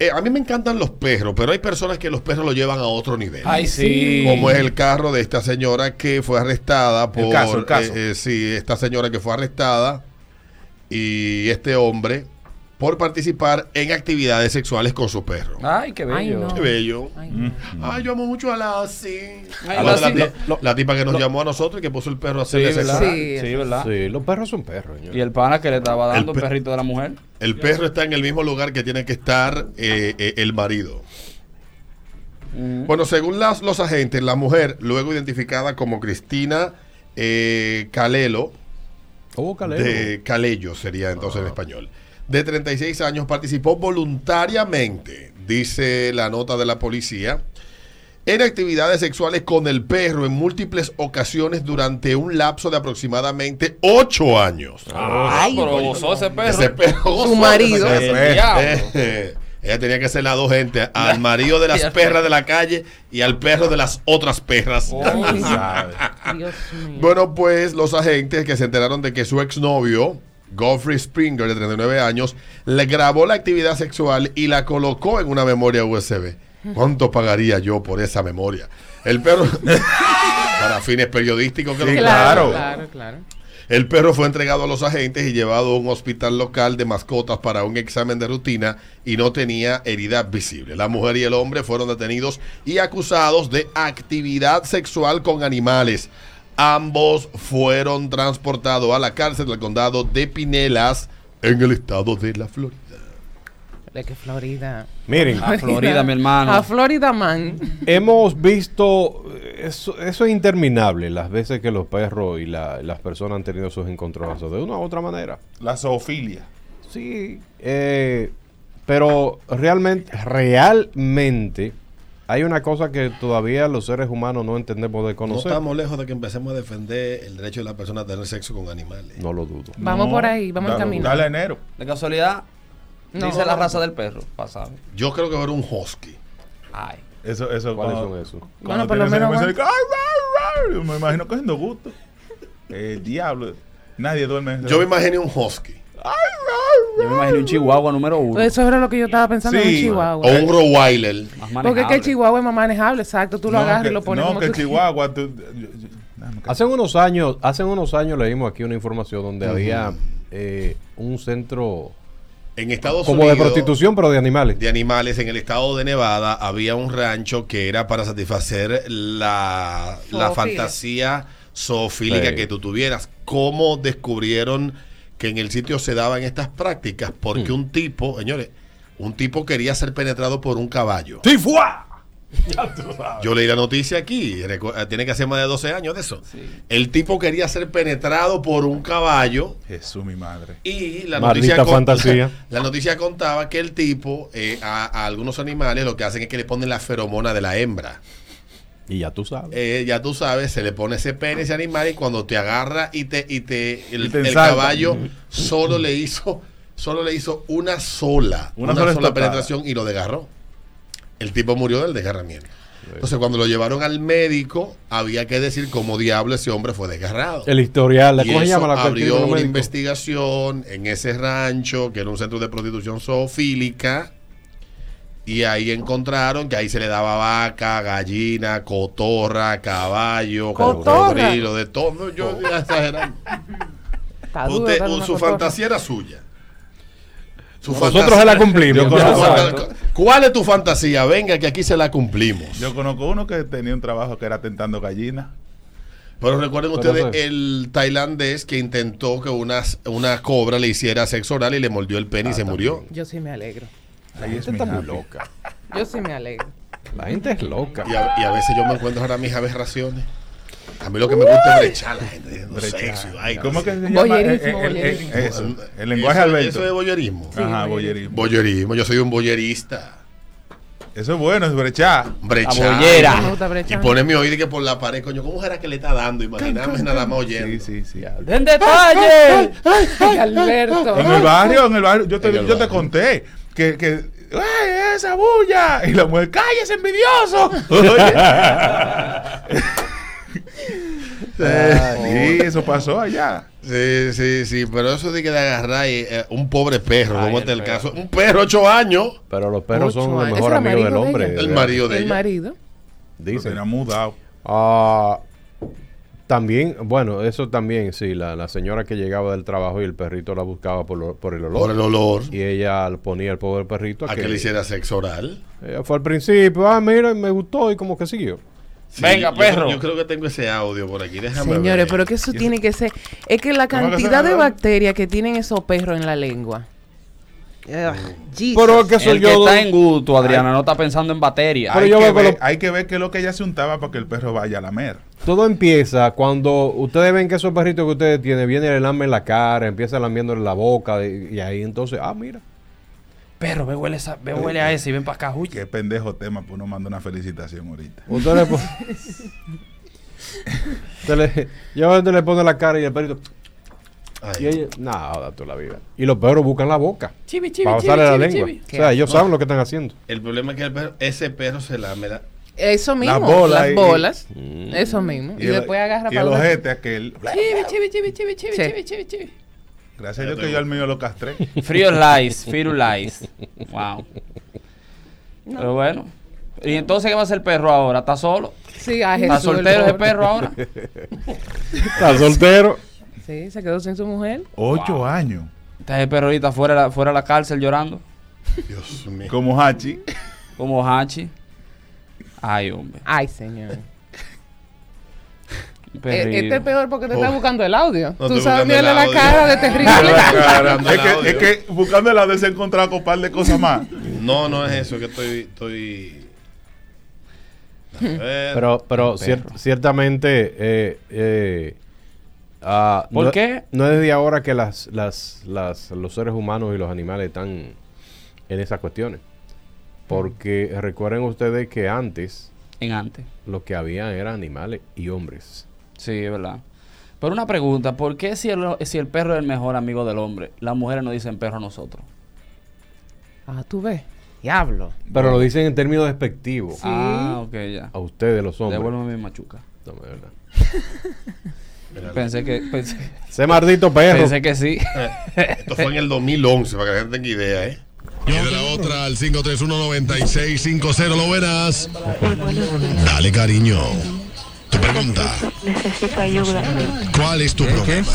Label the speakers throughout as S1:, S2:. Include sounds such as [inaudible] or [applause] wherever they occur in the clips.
S1: eh, a mí me encantan los perros, pero hay personas que los perros lo llevan a otro nivel.
S2: Ay, sí.
S1: Como es el carro de esta señora que fue arrestada por.
S2: caso, el caso.
S1: eh, eh, sí, esta señora que fue arrestada y este hombre por participar en actividades sexuales con su perro.
S2: Ay, qué
S3: Ay,
S2: bello.
S3: no.
S1: Qué bello.
S3: Ay,
S4: Mm.
S1: Ay, yo amo mucho a Lassie.
S2: Ay,
S1: Acuérdate
S2: Lassie,
S1: la, ti-
S2: lo- lo-
S1: la tipa que nos
S2: lo-
S1: llamó a nosotros y que puso el perro a
S2: Sí,
S1: hacerle
S2: ¿verdad?
S1: sexo.
S3: Sí,
S2: Sí,
S3: eso
S2: ¿verdad?
S5: Sí, los perros son perros. señor.
S2: Ah. Y el pana que le estaba dando
S1: pe-
S2: el perrito de la mujer.
S1: El perro está en el mismo lugar que tiene que estar eh, eh, el marido. Bueno, según las, los agentes, la mujer, luego identificada como Cristina eh, Calelo,
S5: Oh, Calero.
S1: de Calello sería entonces en español, de 36 años, participó voluntariamente, dice la nota de la policía, en actividades sexuales con el perro en múltiples ocasiones durante un lapso de aproximadamente 8 años.
S5: Ah.
S2: Ay, Ah, pero gozó ese perro.
S1: Ese perro gozó de
S3: marido.
S1: ese
S2: El
S1: perro.
S2: diablo.
S1: Eh, [laughs] Ella tenía que ser las dos gente, al marido de las perras de la calle y al perro de las otras perras.
S2: Oh,
S3: Dios mío.
S1: Bueno, pues los agentes que se enteraron de que su exnovio, Godfrey Springer, de 39 años, le grabó la actividad sexual y la colocó en una memoria USB. ¿Cuánto pagaría yo por esa memoria? El perro, [laughs] para fines periodísticos, que lo-
S5: claro.
S3: Claro, claro.
S1: el perro fue entregado a los agentes y llevado a un hospital local de mascotas para un examen de rutina y no tenía herida visible. La mujer y el hombre fueron detenidos y acusados de actividad sexual con animales. Ambos fueron transportados a la cárcel del condado de Pinelas en el estado de la Florida.
S3: Es que Florida.
S5: Miren,
S2: A Florida, mi hermano.
S3: A Florida, man.
S5: hemos visto. Eso, eso es interminable las veces que los perros y la- las personas han tenido sus encontronazos de una u otra manera.
S6: La zoofilia.
S5: Sí, eh, pero realmente, realmente hay una cosa que todavía los seres humanos no entendemos de conocer. No,
S1: lejos de que empecemos a defender el derecho de la persona a tener sexo con animales.
S5: lo dudo.
S3: Vamos por ahí, vamos
S6: dale,
S3: en camino.
S6: Dale enero.
S2: De casualidad,
S3: No.
S2: dice la raza del perro. Pasado.
S1: Yo creo que era un husky.
S2: Ay.
S6: Eso, eso.
S5: ¿Cuáles
S6: cuando-
S5: son esos?
S2: Ah.
S6: cuando
S3: Bueno, por lo
S6: tiene esa
S3: menos
S6: emoción de que, "Ay, ay, ay", Me imagino cogiendo gusto. El diablo. Nadie duerme. en esa-
S1: Yo me imaginé un husky.
S2: Yo me imagino un chihuahua número uno.
S3: Eso era lo que yo estaba pensando en
S6: Sí.
S3: un chihuahua.
S1: O un Rottweiler.
S2: Más
S3: Porque es que el
S2: manejable.
S3: chihuahua es más manejable, exacto. Tú lo
S6: No,
S3: agarras
S6: que-
S3: y lo pones
S6: No,
S3: como
S6: que
S3: tú
S6: Chihuahua. tú- yo- yo- dame que-
S5: Hace unos años, hace unos años leímos aquí una información donde había eh, un centro
S1: En Estados
S5: como de
S1: Unidos.
S5: prostitución, pero de animales.
S1: de animales en el estado de Nevada había un rancho que era para satisfacer la, la
S3: Zoofilia.
S1: fantasía zoofílica
S5: Sí.
S1: que tú tuvieras. ¿Cómo descubrieron que en el sitio se daban estas prácticas?
S5: Mm.
S1: Porque un tipo, señores, un tipo quería ser penetrado por un caballo.
S6: ¡Sí, fuá! [laughs] Ya tú sabes.
S1: Yo leí la noticia aquí, recu- tiene que hacer más de 12 años de eso. El tipo quería ser penetrado por un caballo.
S6: Jesús, mi madre.
S1: Y la noticia,
S5: Maldita
S1: con-
S5: fantasía.
S1: [laughs] la noticia contaba que el tipo, eh, a, a algunos animales lo que hacen es que le ponen la feromona de la hembra.
S5: Y ya tú sabes.
S1: Eh, ya tú sabes, se le pone ese pene a ese animal y cuando te agarra y te, y te, el,
S6: Y te
S1: el
S6: ensalta.
S1: caballo solo le hizo, solo le hizo una sola, una,
S6: Una sola
S1: sola
S6: estocada.
S1: penetración y lo desgarró. El tipo murió del desgarramiento. Entonces cuando lo llevaron al médico, había que decir cómo diablo ese hombre fue desgarrado.
S5: El historial, la
S1: Y
S5: cosa
S1: eso
S5: llama la
S1: abrió
S5: cuestión
S1: una
S5: médico.
S1: investigación en ese rancho, que era un centro de prostitución zoofílica, y ahí encontraron que ahí se le daba vaca, gallina, cotorra, caballo,
S3: Cotorra.
S1: cocodrilo, de todo. Yo ya exagerando.
S3: [laughs] Está duro,
S1: Usted-
S3: dale
S1: su
S3: una cotorra.
S1: fantasía era suya. Su
S5: Nosotros se la cumplimos.
S6: Yo
S1: su
S5: ya
S6: conozco-
S5: sabes.
S1: fanta- ¿Cuál es tu fantasía? Venga, que aquí se la cumplimos.
S6: Yo conozco uno que tenía un trabajo que era tentando gallinas.
S1: Pero recuerden
S5: Pero
S1: ustedes
S5: sé.
S1: el tailandés que intentó que una, una cobra le hiciera sexo oral y le mordió el
S6: Ah,
S1: pene y se murió.
S3: Yo sí me alegro.
S6: Ahí es
S5: Esta
S6: mi
S5: está muy
S6: happy.
S5: loca.
S3: Yo sí me alegro.
S5: La gente es loca.
S1: Y a, y a veces yo me encuentro ahora mis aberraciones. A mí lo que me gusta es brechar a la gente. diciendo
S6: Brechar.
S1: sexo y vaina.
S6: ¿Cómo que se llama?
S3: Boyerismo,
S6: Eh, eh, eh,
S3: boyerismo.
S6: eh, eso, el lenguaje
S1: eso,
S6: Alberto. Ah.
S1: Eso es boyerismo.
S6: Ajá, boyerismo.
S1: Boyerismo, yo soy un boyerista.
S6: Eso es bueno, es brechar.
S1: Brechar.
S2: La boyera.
S3: Me gusta
S1: Y
S3: [laughs] brechar.
S1: ponerme oír que por la pared, coño, ¿cómo será que le está dando? Imaginame nada más
S6: Sí,
S1: oyendo.
S6: sí, sí.
S2: ¡Den detalle!
S3: Ay, Alberto.
S6: En el barrio, en el barrio, yo te,
S1: En el
S6: yo te
S1: barrio.
S6: conté que, que ¡ay, esa bulla! Y la
S1: [laughs]
S6: mujer, ¡cállese, envidioso! Oye. [laughs] Eh, Sí, eso pasó allá.
S1: Sí, sí, sí, pero eso de que de agarrar y, eh, un pobre perro,
S2: Ay,
S1: como
S2: el
S1: este el
S2: perro.
S1: caso. Un perro, ocho años.
S5: Pero los perros
S3: Ocho
S5: son los
S3: años.
S5: mejores
S3: ¿Ese era
S5: amigos del
S3: marido de
S5: hombre.
S3: ella?
S1: El marido de
S3: El
S1: ella.
S3: marido.
S6: Lo
S5: Dicen.
S6: tenía mudado.
S5: Ah, también, bueno, eso también, sí. La, la señora que llegaba del trabajo y el perrito la buscaba por, lo- por el olor.
S1: Por el olor.
S5: Y ella le ponía al pobre perrito
S1: A que le hiciera sexo oral.
S5: Ella fue al principio, ah, mira, me gustó y como que siguió.
S1: Sí,
S2: Venga,
S1: yo
S2: perro.
S1: creo- Yo creo que tengo ese audio por aquí. Déjame
S3: Señores,
S1: ver.
S3: pero que eso tiene que ser. Es que la
S6: ¿Cómo que
S3: cantidad
S6: se
S3: de
S6: llama?
S3: bacterias que tienen esos perros en la lengua. Ugh, Jesus.
S5: Pero es que eso
S2: El
S5: yo.
S2: que
S5: doy-
S2: está en gusto, Adriana, no está pensando en batería.
S5: Pero
S6: hay,
S5: yo
S6: que
S5: veo que
S6: ver,
S5: lo-
S6: hay que ver qué es lo que ella se untaba para que el perro vaya a lamer.
S5: Todo empieza cuando ustedes ven que esos perritos que ustedes tienen vienen y le lamen la cara, empiezan lamiéndole la boca y, y ahí entonces, ah, mira.
S2: Perro, ve huele, esa- ve, huele a ese y ven para acá, huye.
S6: Qué pendejo tema, pues uno manda una felicitación ahorita.
S5: Usted le pone. [laughs] Usted le- yo a veces le pone la cara y el perrito.
S1: Ay,
S5: Y ella, nada, toda la vida. Y los perros buscan la boca.
S2: Chibi,
S5: para pasarle la lengua. O sea, ellos saben lo que están haciendo.
S1: El problema es que el perro, ese perro se lame la...
S3: Eso mismo.
S6: Las
S3: Las
S6: bolas
S3: bolas.
S6: y-
S3: Eso mismo. Y,
S6: el-
S3: después agarra
S6: Y el
S3: los
S6: ojete aquel.
S2: Chibi, chibi, chibi, chibi, chibi,
S3: Sí.
S2: chibi, chibi, chibi.
S6: Gracias a Dios que yo al mío lo castré.
S2: Frío lies, frío lies. Wow. Pero bueno. ¿Y entonces qué va a hacer el perro ahora? ¿Está solo?
S3: Sí,
S2: [laughs]
S3: a
S2: ¿Está
S3: Jesús, el
S2: soltero ese
S3: pobre.
S2: perro ahora?
S5: Está soltero.
S3: Sí, se quedó sin su mujer.
S6: Ocho años.
S2: Está el perro ahorita fuera, de la- fuera de la cárcel llorando.
S1: Dios mío.
S6: Como Hachi.
S2: Como Hachi. Ay, hombre.
S3: Ay, señor.
S2: un
S3: E-
S2: perrillo.
S3: Este es peor porque te está
S1: Oh.
S3: buscando el audio.
S1: No
S3: Tú
S1: estoy
S3: sabes
S1: buscando el
S3: mírale la
S1: audio.
S3: cara de
S6: [laughs]
S3: terrible.
S6: es, que, es que buscando la vez se encontraba con un par de cosas más.
S1: No, no es eso, que estoy... estoy... A ver.
S5: Pero, pero cier-
S2: perro.
S5: ciertamente. Eh, eh, ah,
S2: ¿Por
S5: no-
S2: qué?
S5: No es desde ahora que las, las, las, los seres humanos y los animales están en esas cuestiones. Porque recuerden ustedes que antes
S2: En antes.
S5: lo que había eran animales y hombres.
S2: Sí, es verdad. Pero una pregunta, ¿por qué si el, si el perro es el mejor amigo del hombre, las mujeres no dicen perro a nosotros?
S3: Ah, tú ves. Diablo.
S5: Pero lo dicen en términos despectivos.
S2: Ah, ok, ya.
S5: A ustedes los hombres.
S2: Devuélveme mi machuca.
S5: No, de verdad.
S1: Mira,
S2: Pensé que, pensé,
S5: Ese maldito perro.
S2: pensé que sí.
S1: Esto fue en el 2011, para que la gente tenga idea, ¿eh?
S4: Y de la otra al 5319650, lo verás. Dale, cariño. Tu pregunta,
S7: Necesito ayuda.
S4: ¿cuál es tu problema?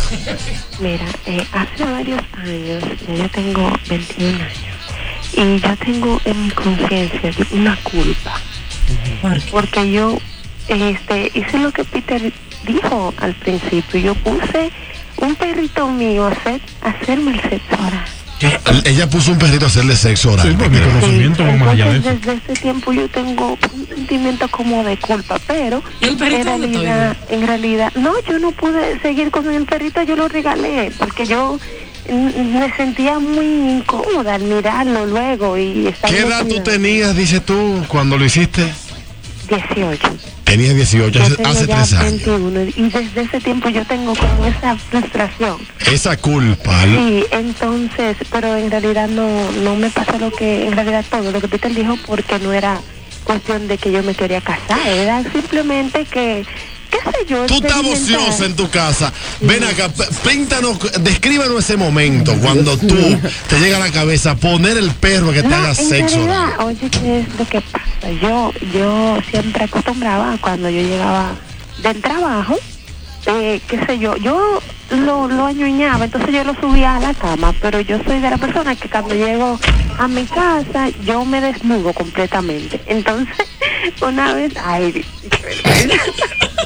S7: Mira, eh, hace varios años, ya yo tengo 21 años, y yo tengo en mi conciencia una culpa. Porque yo este, hice lo que Peter dijo al principio. Yo puse un perrito mío a, hacer, a hacerme el sexo oral.
S4: Ella puso un perrito a hacerle sexo oral.
S7: Sí, entonces, desde ese tiempo yo tengo un sentimiento como de culpa, pero en realidad, en realidad, no, yo no pude seguir con el perrito, yo lo regalé, porque yo mm, me sentía muy incómoda al mirarlo luego y estar
S4: ¿Qué edad tú
S7: metida.
S4: tenías, dices tú, cuando lo hiciste?
S7: 18.
S4: Tenías 18,
S7: Yo
S4: hace,
S7: tengo
S4: hace
S7: ya
S4: tres años.
S7: 21 y desde ese tiempo yo tengo como esa frustración.
S4: Esa culpa. ¿no?
S7: Sí, entonces, pero en realidad no, no me pasó lo que, en realidad todo lo que Peter dijo porque no era cuestión de que yo me quería casar, era simplemente que, qué sé yo,
S4: Tú estás
S7: experimentar.
S4: ociosa en tu casa. Ven acá, p- píntanos, descríbanos ese momento cuando tú te llega a la cabeza poner el perro que te
S7: No,
S4: haga
S7: en
S4: sexo oral.
S7: realidad, oye, ¿qué es lo que pasa? Yo, yo siempre acostumbraba cuando yo llegaba del trabajo, eh, qué sé yo, yo lo, lo añuñaba, entonces yo lo subía a la cama, pero yo soy de la persona que cuando llego a mi casa, yo me desnudo completamente. Entonces, [laughs] una vez, ay,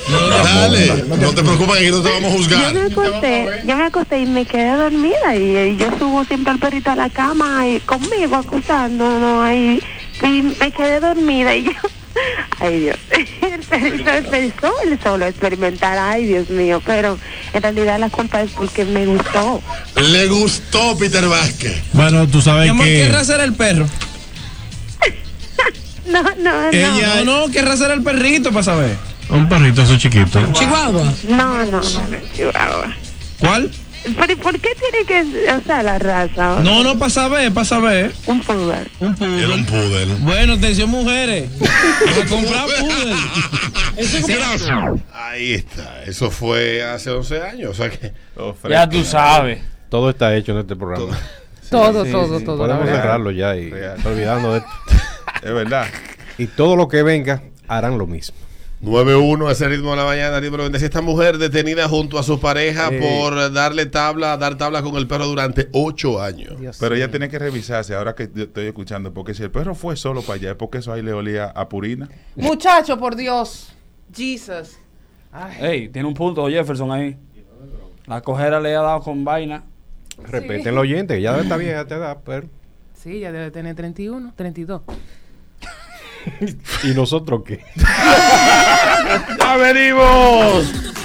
S4: Dale, no te preocupes que aquí no te vamos a
S7: yo
S4: juzgar.
S7: me acosté, yo me acosté y me quedé dormida y, eh, yo subo siempre al perrito a la cama y conmigo acostándonos ahí y me quedé dormida y yo [laughs] ay Dios [laughs] el perrito empezó él solo a experimentar ay Dios mío pero en realidad la culpa es porque me gustó
S4: Le gustó Peter Vázquez.
S8: Bueno, tú sabes
S9: Mi amor, ¿qué
S8: que
S9: raza era el perro?
S7: no no no
S8: ella
S9: No, ¿qué raza era el perrito para saber?
S8: un perrito eso chiquito.
S9: Chihuahua.
S7: no no no, no, Chihuahua.
S8: ¿Cuál?
S7: Pero ¿y ¿por qué tiene que, o sea, la raza?
S8: No, no, para saber, para saber.
S7: Un poodle.
S8: Un poodle.
S4: Era un poodle.
S8: Bueno, atención mujeres. A comprar poodle. Eso es
S1: Ahí está. Eso fue hace 11 años. O sea que.
S6: Oh, fresco.
S2: Ya tú sabes.
S5: Todo está hecho en este programa.
S3: Todo, todo,
S2: sí.
S3: todo.
S5: Podemos
S3: ¿verdad?
S5: cerrarlo ya y
S6: Real.
S5: olvidando de esto.
S6: Es verdad.
S5: Y todo lo que venga harán lo mismo.
S1: 9-1, ese ritmo de la mañana, ritmo 96. Esta mujer detenida junto a su pareja
S5: Sí.
S1: por darle tabla, dar tabla con el perro durante 8 años.
S3: Dios
S6: Pero ella
S3: mío.
S6: tiene que revisarse ahora que yo estoy escuchando. Porque si el perro fue solo para allá, es porque eso ahí le olía a purina.
S3: Muchacho, por Dios. Jesus. Ay,
S2: Ey, tiene un punto Jefferson ahí. La cojera le ha dado con vaina.
S5: Respeten al oyente, que ya debe estar bien a esta edad, pero.
S3: sí, ya debe tener 31, 32.
S5: ¿Y nosotros qué?
S1: ¡Ya venimos!